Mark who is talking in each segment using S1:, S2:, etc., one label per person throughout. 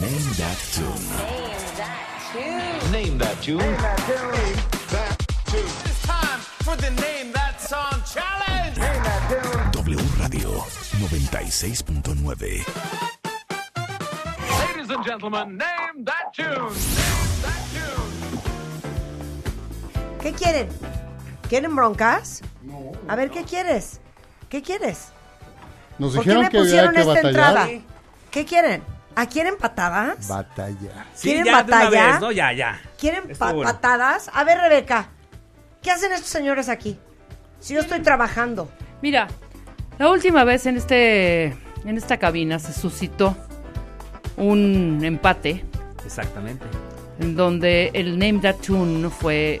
S1: Name that tune.
S2: Name that tune.
S1: Name that tune.
S3: It's time for the Name That Song Challenge.
S1: W Radio 96.9.
S4: Ladies and gentlemen, name that tune. Name that tune.
S5: ¿Qué quieren? ¿Quieren broncas? No. A ver, ¿qué quieres? ¿Qué quieres?
S6: Nos
S5: ¿Por qué
S6: dijeron
S5: me
S6: que había
S5: pusieron
S6: que
S5: esta entrada?
S6: batallar.
S5: ¿Qué quieren? ¿A quieren patadas?
S6: Batallar.
S5: ¿Quieren
S7: ya de una
S5: batalla?
S7: vez, ¿no? Ya, ya.
S5: ¿Quieren
S7: Estuvo
S5: pa-
S7: bueno.
S5: patadas? A ver, Rebeca, ¿qué hacen estos señores aquí? Si yo estoy trabajando.
S8: Mira, la última vez en este en esta cabina se suscitó un empate
S7: Exactamente.
S8: en donde el Name That Tune fue eh,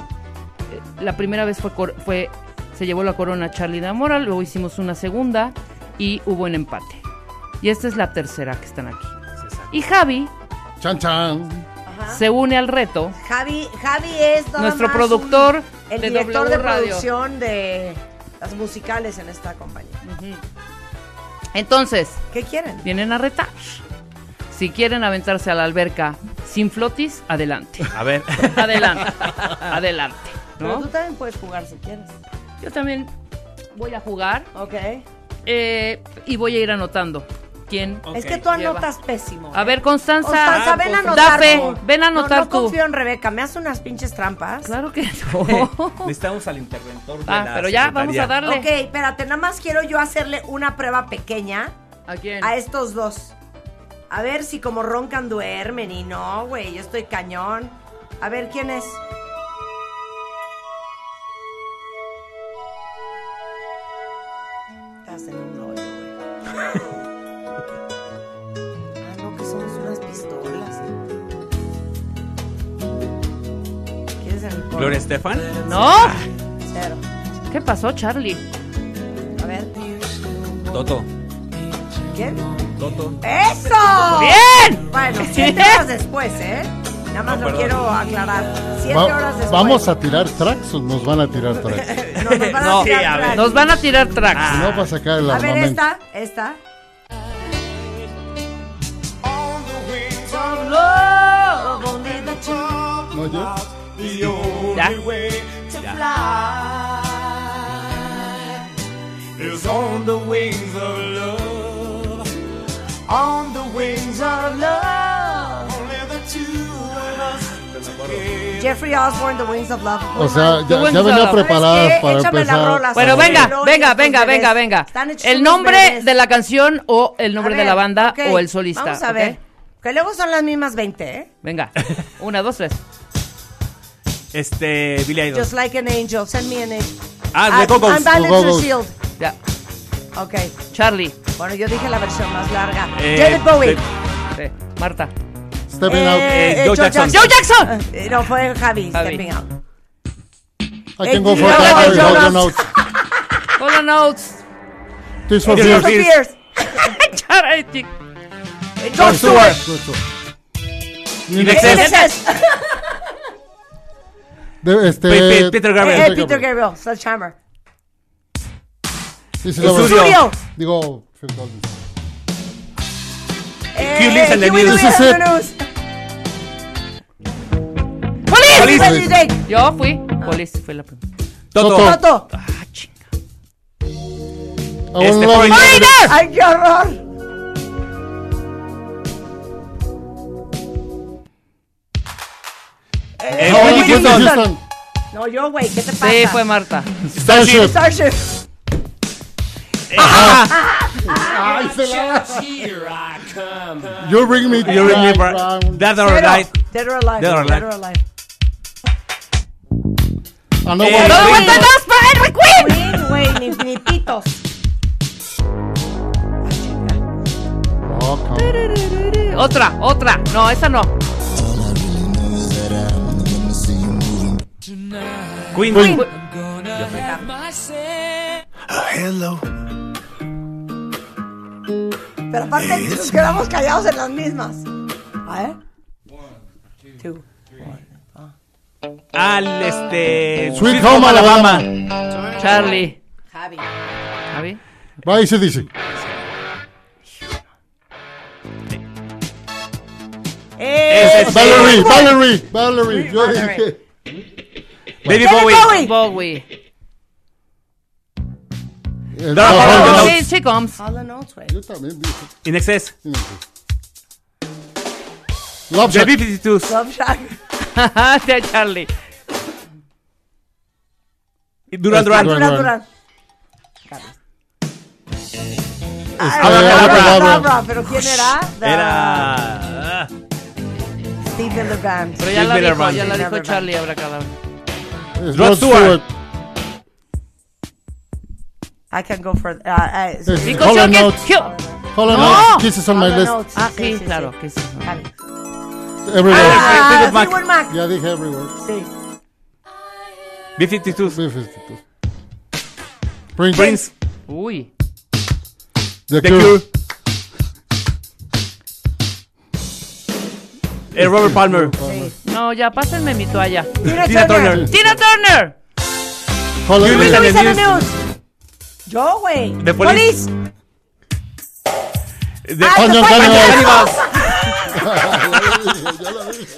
S8: la primera vez fue cor- fue se llevó la corona Charlie Damora, luego hicimos una segunda y hubo un empate. Y esta es la tercera que están aquí.
S7: Sí, exacto.
S8: Y Javi
S6: Chan, chan.
S8: se une al reto.
S5: Javi, Javi es nada
S8: Nuestro
S5: más
S8: productor
S5: un- el
S8: de
S5: director
S8: W
S5: de
S8: Radio.
S5: producción de las musicales en esta compañía.
S8: Entonces,
S5: ¿Qué quieren?
S8: vienen a retar. Si quieren aventarse a la alberca sin flotis, adelante.
S7: A ver.
S8: Adelante, adelante.
S5: Pero
S8: ¿no?
S5: tú también puedes jugar si quieres.
S8: Yo también voy a jugar
S5: Ok.
S8: eh, y voy a ir anotando. ¿Quién?
S5: Es
S7: Ok,
S5: que tú
S8: lleva.
S5: anotas pésimo.
S8: A
S5: ¿eh?
S8: ver, Constanza.
S5: Constanza,
S7: Ah,
S5: ven a
S7: Constanza.
S5: anotar.
S8: pues, Da fe,
S5: tú.
S8: ven a anotar
S5: no, no
S8: tú.
S5: confío en Rebeca, me hace unas pinches trampas.
S8: Claro que no.
S7: Necesitamos al interventor de
S8: Ah,
S7: la
S8: pero ya vamos a
S7: secretaría.
S8: darle.
S5: Ok, espérate, nada más quiero yo hacerle una prueba pequeña
S8: ¿A quién?
S5: a estos dos. A ver si como roncan duermen y no, güey, yo estoy cañón. A ver, ¿quién es? Estás en un hoyo, güey. ah, no, que somos unas pistolas. ¿Quieres el polvo?
S7: Gloria Estefan.
S8: ¿No?
S5: Cero.
S8: ¿Qué pasó, Charlie?
S5: A ver,
S7: Toto.
S5: ¿quién?
S7: Toto.
S5: ¡Eso!
S8: ¡Bien!
S5: Bueno, siete horas después, ¿eh? Nada más
S7: No,
S5: lo
S7: perdón.
S5: quiero aclarar. Siete
S6: Va-
S5: horas después.
S6: vamos a tirar tracks o nos van a tirar tracks.
S5: No, nos van
S7: No,
S5: a tirar
S7: sí, a ver.
S5: atrás.
S8: Nos van a tirar tracks.
S6: Si no, va a sacar el
S5: A ver,
S6: armamento.
S5: esta, esta.
S3: On the wings of love,
S6: No, yo.
S3: the only way to
S7: Ya.
S3: fly is on the wings of love. On the wings of love, only the two of us together.
S5: Jeffrey Osborne, The Wings of Love.
S6: O sea,
S8: Tú
S6: ya,
S8: buen
S6: ya venía
S8: sábado.
S6: preparada
S5: ¿Sabes qué?
S6: para
S5: Échame la rola,
S6: empezar.
S8: Bueno,
S5: Están hechos
S8: venga, venga,
S5: unos
S8: venga,
S5: bebés.
S8: venga, venga.
S5: Están hechos
S8: El
S5: unos
S8: nombre
S5: bebés.
S8: de la canción o el nombre
S5: A
S8: de la
S5: ver,
S8: banda
S5: ok,
S8: o el solista.
S5: Vamos a
S8: ¿ok?
S5: ver. Que luego son las mismas 20, ¿eh?
S8: Venga. Una, dos, tres.
S7: Este, Billy Idol.
S5: Just like an angel, send me an angel.
S7: Ah, de Go-Go's.
S5: I'm Bandits
S6: Go Go's.
S5: with Shield.
S8: Ya.
S5: Ok.
S8: Charlie.
S5: Bueno, yo dije la versión más larga.
S7: Eh,
S5: David Bowie.
S7: de-
S8: Sí. Marta.
S6: Stepping out.
S7: eh, Joe Jackson.
S8: ¡Joe Jackson!
S5: Eh, No, fue Javi,
S8: Javi.
S5: Stepping Out.
S6: I can go
S5: eh, Joe
S6: for that.
S5: Jonas.
S6: Joe Jonas.
S8: Hola, Notes.
S6: Tears for
S7: Tears
S6: Fears.
S7: for Fears.
S5: Pierce.
S8: Charlie. chick.
S5: George Stewart.
S7: In
S6: De-
S7: Excess.
S5: Excess.
S6: Este.
S7: Pe- Pe- Peter Gabriel.
S5: Eh, Peter Gabriel, Sledgehammer.
S6: This is
S7: Estudio.
S6: our-
S5: Studio.
S6: Digo, Phil Collins.
S5: Eh,
S7: Hugh Lewis and the
S5: Huey
S7: News.
S5: Lewis and the News.
S8: ¡Polis!
S7: Police. Oh.
S5: Wendy Day.
S8: Yo fui. Polis fue la primera.
S7: Toto.
S5: Toto.
S8: Ah, chinga.
S6: I wanna
S7: Este,
S6: love you.
S7: Florida.
S5: ¡Ay, qué horror!
S7: Eh,
S6: I wanna
S7: Whitney
S6: give you
S7: Houston.
S6: Houston.
S5: No, yo, güey, ¿qué te pasa?
S8: Sí, fue Marta.
S6: Starship.
S5: Starship.
S6: Ay, se la- You bring me.
S7: You remember.
S6: back round.
S7: Dead or
S5: Cero.
S7: Alive.
S5: Dead or Alive.
S7: Dead or Alive.
S6: I know
S7: Eh,
S6: what-
S7: Todo
S8: ¡Todo
S7: Queen.
S8: vuelta dos para Edwin Queen!
S5: Queen, güey, ni, ni pitos.
S6: Oh, come on.
S8: Otra, otra. No, esa no.
S7: Queen.
S6: Queen.
S5: Pero aparte, nos quedamos callados en las mismas. A ver. Two.
S7: Al este.
S6: Sweet Home Alabama.
S8: Charlie.
S5: Javi.
S8: ¿Javi?
S6: Va y se dice.
S5: Eh,
S7: Ese sí.
S6: Valerie, Valerie, Valerie. Yo
S5: Valerie.
S6: dije.
S7: Baby
S5: David
S7: Bowie.
S5: Bowie.
S8: Bowie.
S6: Eh,
S7: Dara Paul,
S6: no,
S7: de
S6: no,
S7: Notes.
S8: Sí, sí, comes.
S5: All the notes, güey.
S6: Yo también dije.
S7: In Excess.
S6: sí, no sé. Love
S7: The
S6: Shack.
S7: B-52s.
S5: Love Shack.
S8: Ya, Charlie.
S7: Duran
S6: Duran
S7: Duran.
S5: Durán,
S6: Durán.
S5: Durán.
S6: Abracadabra.
S5: Abracadabra, pero ¿quién era? The-
S7: Era. ah,
S5: Steve de Logan.
S8: Pero ya
S7: Big
S8: la
S7: Miller
S8: dijo,
S7: Band.
S8: ya la
S5: Big
S8: dijo
S5: Miller
S8: Charlie Abracadabra.
S6: Es
S7: Rod
S6: Rod
S7: Stewart.
S6: Stewart.
S5: I can go for. Uh, uh,
S6: Es
S5: sí,
S8: Because
S6: Hollow
S8: you can-
S6: Notes.
S8: you-
S6: Hollow
S8: No.
S6: Notes. Kisses on
S5: All
S6: my
S5: the
S6: list.
S5: notes,
S8: Ah,
S5: sí,
S8: sí,
S5: sí,
S8: claro.
S5: sí.
S8: que sí.
S5: Está bien.
S6: Everywhere.
S5: Ah,
S7: Fleetwood Mac.
S5: Fleetwood Mac.
S6: Ya dije everywhere.
S5: Sí.
S7: B-52s.
S6: Sí, sí, sí, sí. Prince.
S7: Prince.
S8: Uy.
S6: The,
S7: The
S6: Cure.
S7: Cure. Eh, Robert Palmer.
S8: No, ya pásenme mi toalla.
S5: Tina,
S7: Tina
S5: Turner.
S7: Turner.
S8: ¡Tina Turner!
S6: Hollow
S7: Julie
S6: Notes.
S5: Luis and
S7: Luis
S5: the
S7: and the
S5: News. Yo, güey.
S7: The Police. The-
S5: Ah,
S6: Coño,
S5: the
S6: coño.
S5: Animals.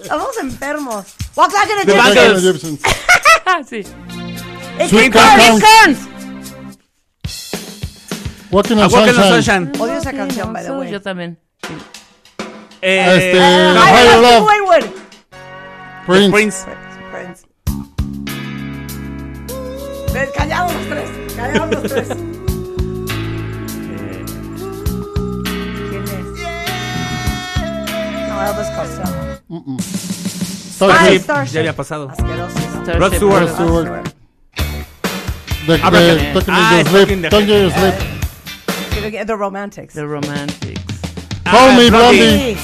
S5: Estamos enfermos. Walk like an
S7: The
S5: Egyptian.
S7: Bangles.
S6: Michael Gibson.
S8: Ah, sí.
S5: Es
S7: Swing
S5: que-
S7: Cat
S8: ¡Comes!
S6: Comes. Walking
S7: A
S6: on
S7: Walk in the
S6: Sunshine.
S7: Sunshine.
S5: Odio esa canción, by the way.
S8: Yo también.
S7: Eh,
S6: Este.
S5: I
S6: Higher
S5: love you,
S6: Love.
S5: Wayward.
S6: Prince.
S7: Prince.
S5: Friends. Ven, Callados los tres. Callados los tres. ¿Quién es? No, Elvis Costello.
S6: Starship.
S5: Five. Starship.
S7: Ya había pasado.
S5: Asqueroso.
S7: Rod Stewart.
S6: Rod Stewart. The,
S7: Ah,
S6: the,
S7: porque-
S6: talking
S7: ah,
S6: in
S7: es
S6: your
S7: Talking
S6: sleep.
S7: the-
S6: Talking in your sleep.
S5: The- The Romantics.
S8: The Romantics.
S6: Call me Blondie.
S5: Sí.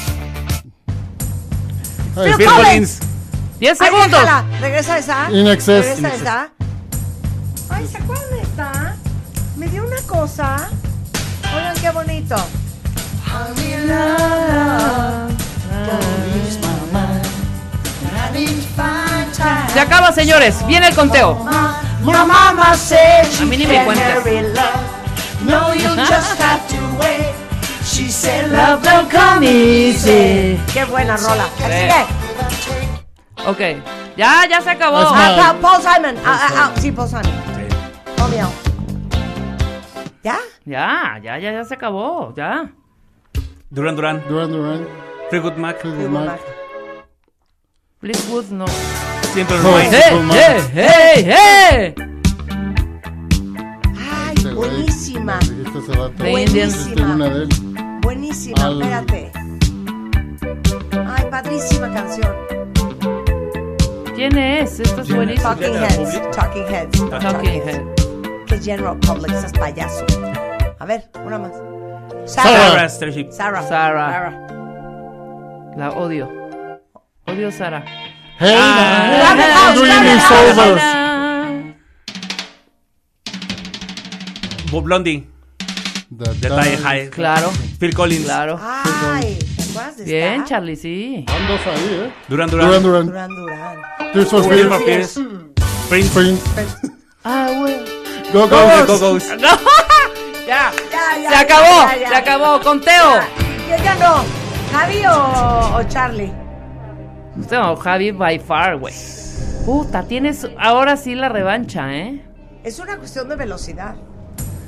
S6: Hey,
S7: Phil Collins.
S8: ¡Diez
S5: Ay,
S8: segundos!
S5: déjala. Regresa esa.
S6: In excess.
S5: Regresa
S6: In excess.
S5: esa. Ay, ¿se acuerdan de esta? Me dio una cosa. Oigan, qué bonito.
S8: Se acaba, señores. Viene el conteo. A mí ni me cuentas.
S5: Qué buena rola.
S8: Eh.
S5: Sigue.
S8: Ok. Ya, ya se acabó.
S6: That's
S5: Ah,
S6: my-
S5: pa- Paul Simon. Ah, ah, ah, sí, Paul Simon. Obvio. ¿Ya?
S8: Ah, Ya, ya, ya, ya se acabó. Ya.
S7: Duran Duran.
S6: Duran Duran.
S7: Fleetwood Mac.
S6: Fleetwood
S5: Fleetwood
S6: Mac.
S5: Mac.
S8: Fleetwood no.
S7: Siempre
S6: Oh.
S7: Remain.
S8: ¡Eh, eh, eh, eh!
S5: Ay,
S6: Este güey.
S5: buenísima.
S6: Este se va a
S8: The
S6: tener
S8: Indians.
S6: una de él.
S5: Buenísima,
S6: Al-
S5: espérate. Ay, padrísima canción.
S8: ¿Quién es? Esto es buenísimo.
S5: Talking Heads. Talking Heads.
S8: Talking Head.
S5: Que General Public, seas payaso. A ver, una más.
S7: Sarah Starship.
S5: Sarah.
S8: Sarah. La odio. Odio a Sara.
S6: Hey,
S5: Love it
S6: my
S5: house,
S6: dream
S5: love it
S6: is
S5: house.
S6: over.
S7: Bob Blondie.
S6: The
S7: The Die High.
S8: Claro,
S7: Phil Collins.
S8: claro.
S5: Ay, ¿te acuerdas de
S8: Bien,
S5: esta?
S8: Charlie, sí.
S6: Van dos ahí, ¿eh?
S7: Duran
S6: Duran
S7: Duran.
S6: Duran.
S5: Duran Duran.
S6: Tears for
S7: Tears for
S6: Fears.
S7: Fears. Prince.
S6: Prince.
S8: Ah, bueno.
S6: Go,
S7: The
S6: go, go.
S7: Go-Go's.
S8: ya.
S5: Ya, ya,
S8: Se
S5: ya,
S8: acabó,
S5: ya, ya.
S8: se acabó. Conteo.
S5: Ya, ya, ya no. ¿Javi o, o Charlie?
S8: No, Javi, by far, güey. Puta, tienes ahora sí la revancha, ¿eh?
S5: Es una cuestión de velocidad.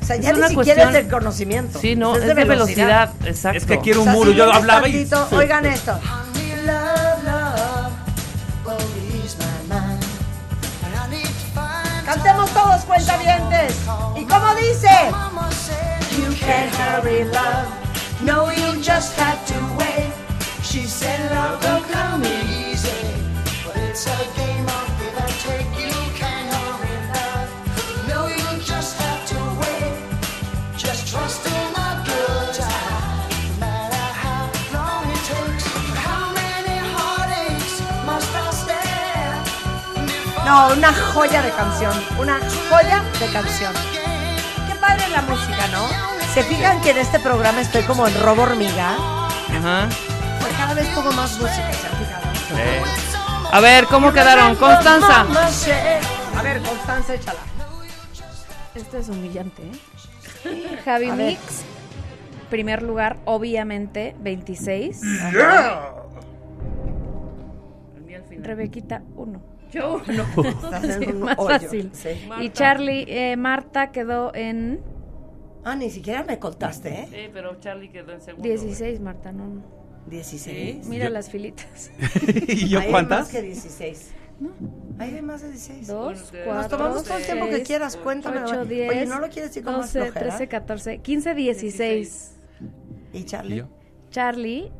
S5: O sea, ya
S8: Es
S5: ni
S8: una
S5: siquiera
S8: cuestión-
S5: es del conocimiento.
S8: Sí, no,
S5: es,
S8: es, de velocidad. Exacto.
S7: Es que quiero
S5: O
S7: un
S5: sea,
S7: muro.
S5: si
S7: Yo
S5: vienes
S7: hablaba y.
S5: tantito, Oigan esto. Cantemos todos cuentavientes. ¿Y cómo dice? You can't hurry love. No, you just have to wait. She said love will come easy. But it's a game of give and take. You can't hurry love. No, you just have to wait. Just trust in the good time. No matter how long it takes. How many heartaches must I stand? No, una joya de canción, una joya de canción. Qué padre la música, ¿no? ¿Se fijan que en este programa estoy como en robo hormiga?
S8: Ajá.
S5: Pues cada vez pongo más música, ¿se han fijado?
S8: A ver, ¿cómo quedaron? Constanza.
S5: A ver, Constanza, échala.
S9: Esto es humillante, ¿eh? Javi
S5: A ver.
S9: Mix. Primer lugar, obviamente, 26.
S8: final.
S9: Rebequita, uno.
S8: Yo no.
S5: Estás en
S9: Sí,
S5: un
S9: más
S5: hoyo,
S9: fácil.
S5: sí.
S9: Y Charlie, eh, Marta quedó en
S5: Ah, ni siquiera me contaste, ¿eh?
S8: Sí, pero Charlie quedó en segundo.
S9: 16, Marta, no. no.
S5: 16.
S9: Mira
S7: Yo-
S9: las filitas.
S7: ¿Y yo
S5: Ahí hay más
S7: cuántas?
S5: que 16. Ahí hay más de 16.
S9: Dos,
S8: Nos
S9: cuatro,
S5: Nos tomamos todo el tiempo que
S9: seis,
S5: quieras, cuéntame.
S9: ocho, diez,
S5: Oye, ¿no lo quieres decir como más
S9: 12,
S5: flojera?
S9: 13, 14, 15, 16.
S5: Y
S7: ¿Y
S5: Charlie,
S7: yo?
S9: Charlie,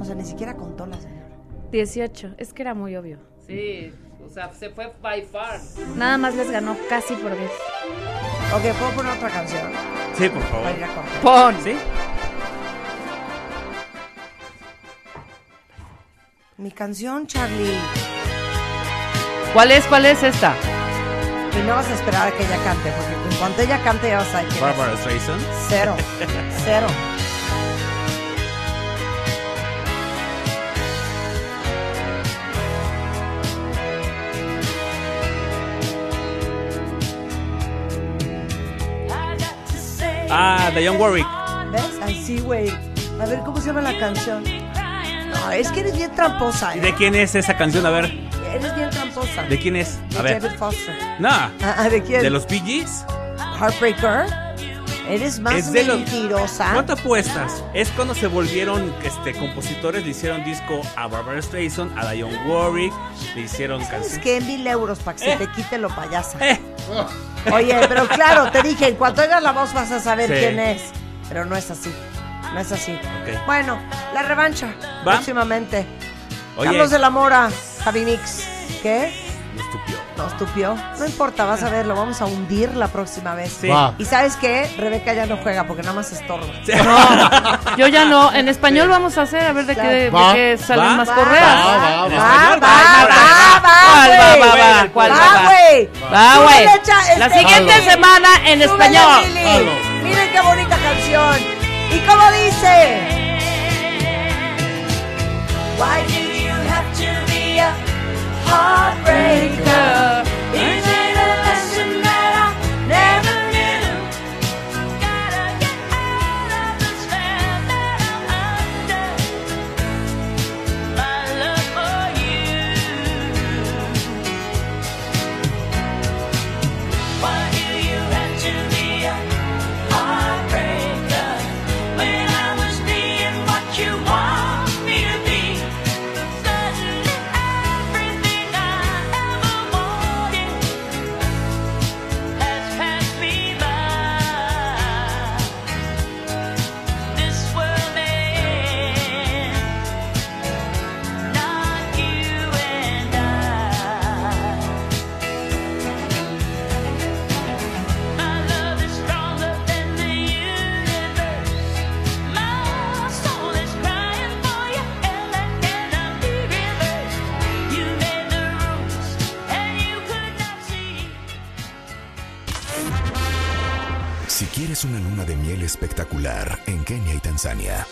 S5: o sea, ni siquiera contó la señora.
S9: 18. Es que era muy obvio.
S8: Sí, o sea, se fue by far.
S9: Nada más les ganó casi por 10.
S5: Ok, ¿puedo poner otra canción?
S7: Sí, por
S5: Para ir
S7: favor.
S5: a corte.
S8: Pon.
S7: ¿Sí?
S5: Mi canción, Charlie.
S8: ¿Cuál es? ¿Cuál es esta?
S5: Y no vas a esperar a que ella cante, porque en cuanto ella cante ya vas a decir
S7: Barbara Streisand.
S5: Cero, cero.
S7: Ah, Dionne Warwick.
S5: ¿Ves? Así, güey. A ver, ¿cómo se llama la canción? No, es que eres bien tramposa.
S7: ¿Y
S5: ¿eh?
S7: de quién es esa canción? A ver,
S5: Eres bien tramposa.
S7: ¿de quién es?
S5: De
S7: A ver.
S5: David Foster.
S7: No,
S5: Ah, ah, ¿De quién?
S7: de los Bee Gees.
S5: Heartbreaker. Eres más
S7: Es de los-
S5: mentirosa.
S7: ¿Cuánto apuestas? Es cuando se volvieron este, compositores, le hicieron disco a Barbara Streisand, a Dionne Warwick, le hicieron
S5: Es
S7: canciones.
S5: que mil euros para que se te quite lo payasa.
S7: Eh.
S5: Oye, pero claro, te dije, en cuanto oigas la voz vas a saber
S7: Sí.
S5: quién es. Pero no es así. No es así.
S7: Ok.
S5: Bueno, la revancha.
S7: ¿Va?
S5: Próximamente.
S7: Oye,
S5: Carlos de la Mora, Javi Nix. ¿Qué?
S7: no estupió.
S5: Nos tupió. No importa, vas a ver, lo vamos a hundir la próxima vez.
S7: Sí.
S6: Va.
S5: Y sabes qué? Rebeca ya no juega porque nada más estorba.
S8: Yo ya no. En español vamos a hacer a ver de qué, de
S6: Va.
S8: qué salen
S7: Va.
S8: más
S5: Va,
S8: correas.
S5: va, va,
S6: En
S5: va,
S7: español,
S5: va,
S7: va,
S5: va,
S8: ¿Cuál
S5: va,
S8: va, va,
S5: güey.
S8: va? ¿Cuál va,
S5: Va,
S8: va?
S5: güey.
S8: Va, güey.
S5: Súbele, cha-
S8: La
S5: este,
S8: siguiente
S5: Lili.
S8: semana en
S5: Súbele,
S8: español.
S5: Lili.
S6: Hazlo.
S5: Miren qué bonita canción. ¿Y cómo dice? Why did you have to be a heartbreaker? Is it a lesson that I never knew?
S1: Si quieres una luna de miel espectacular en Kenia y Tanzania,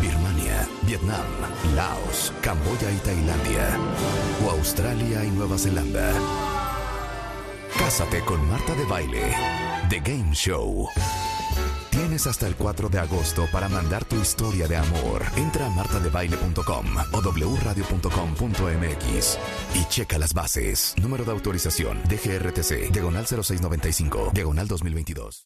S1: Birmania, Vietnam, Laos, Camboya y Tailandia, o Australia y Nueva Zelanda, cásate con Marta de Baile, The Game Show. Tienes hasta el 4 de agosto para mandar tu historia de amor. Entra a martadebaile.com o wradio.com.mx y checa las bases. Número de autorización DGRTC, diagonal 0695, diagonal 2022.